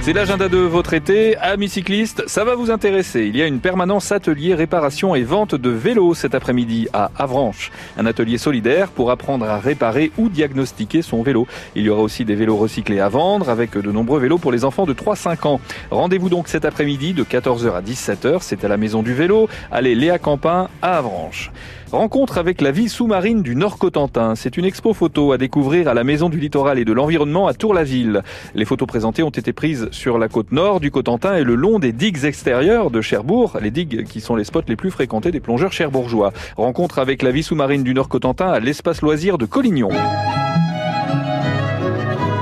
C'est l'agenda de votre été. Amis cyclistes, ça va vous intéresser. Il y a une permanence atelier réparation et vente de vélos cet après-midi à Avranches. Un atelier solidaire pour apprendre à réparer ou diagnostiquer son vélo. Il y aura aussi des vélos recyclés à vendre avec de nombreux vélos pour les enfants de 3-5 ans. Rendez-vous donc cet après-midi de 14h à 17h. C'est à la Maison du Vélo. Allez, Léa Campin à Avranches. Rencontre avec la vie sous-marine du Nord-Cotentin. C'est une expo photo à découvrir à la Maison du Littoral et de l'Environnement à Tour-la-Ville. Les photos présentées ont été prises sur la côte nord du Cotentin et le long des digues extérieures de Cherbourg, les digues qui sont les spots les plus fréquentés des plongeurs cherbourgeois. Rencontre avec la vie sous-marine du Nord-Cotentin à l'espace loisir de Collignon.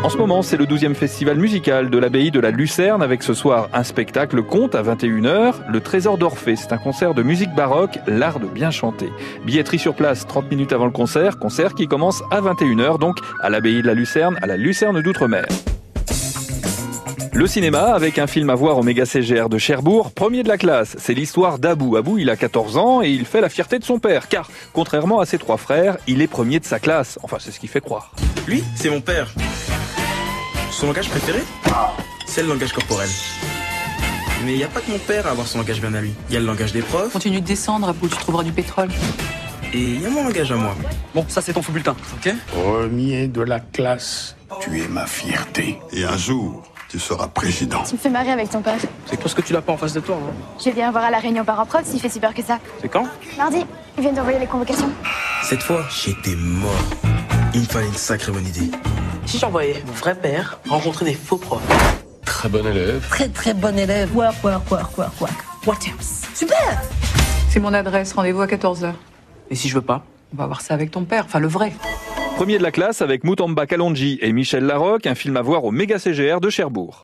En ce moment, c'est le 12e festival musical de l'abbaye de la Lucerne avec ce soir un spectacle conte à 21h, le Trésor d'Orphée. C'est un concert de musique baroque, l'art de bien chanter. Billetterie sur place 30 minutes avant le concert, concert qui commence à 21h donc à l'abbaye de la Lucerne, à la Lucerne d'Outre-mer. Le cinéma avec un film à voir au Méga CGR de Cherbourg, premier de la classe. C'est l'histoire d'Abou. Abou, il a 14 ans et il fait la fierté de son père, car contrairement à ses trois frères, il est premier de sa classe. Enfin, c'est ce qu'il fait croire. Lui, c'est mon père. Son langage préféré C'est le langage corporel. Mais il n'y a pas que mon père à avoir son langage bien à lui. Il y a le langage des profs Continue de descendre, Abou, tu trouveras du pétrole. et il y a mon langage à moi. Bon, ça c'est ton faux bulletin, ok Premier de la classe, tu es ma fierté. Et un jour, tu seras président. Tu me fais marrer avec ton père. C'est parce que tu l'as pas en face de toi. hein. Je viens voir à la réunion parents prof s'il fait si peur que ça. C'est quand Mardi, ils viennent d'envoyer les convocations. Cette fois, j'étais mort. Il me fallait une sacrée bonne idée. Si j'envoyais mon vrai père rencontrer des faux profs. Très bon élève. très très bon élève. Quoi, quoi, quoi, quoi, quoi. Super C'est mon adresse, rendez-vous à 14h. Et si je veux pas On va voir ça avec ton père, enfin le vrai. Premier de la classe avec Moutamba Kalonji et Michel Larocque, un film à voir au Méga CGR de Cherbourg.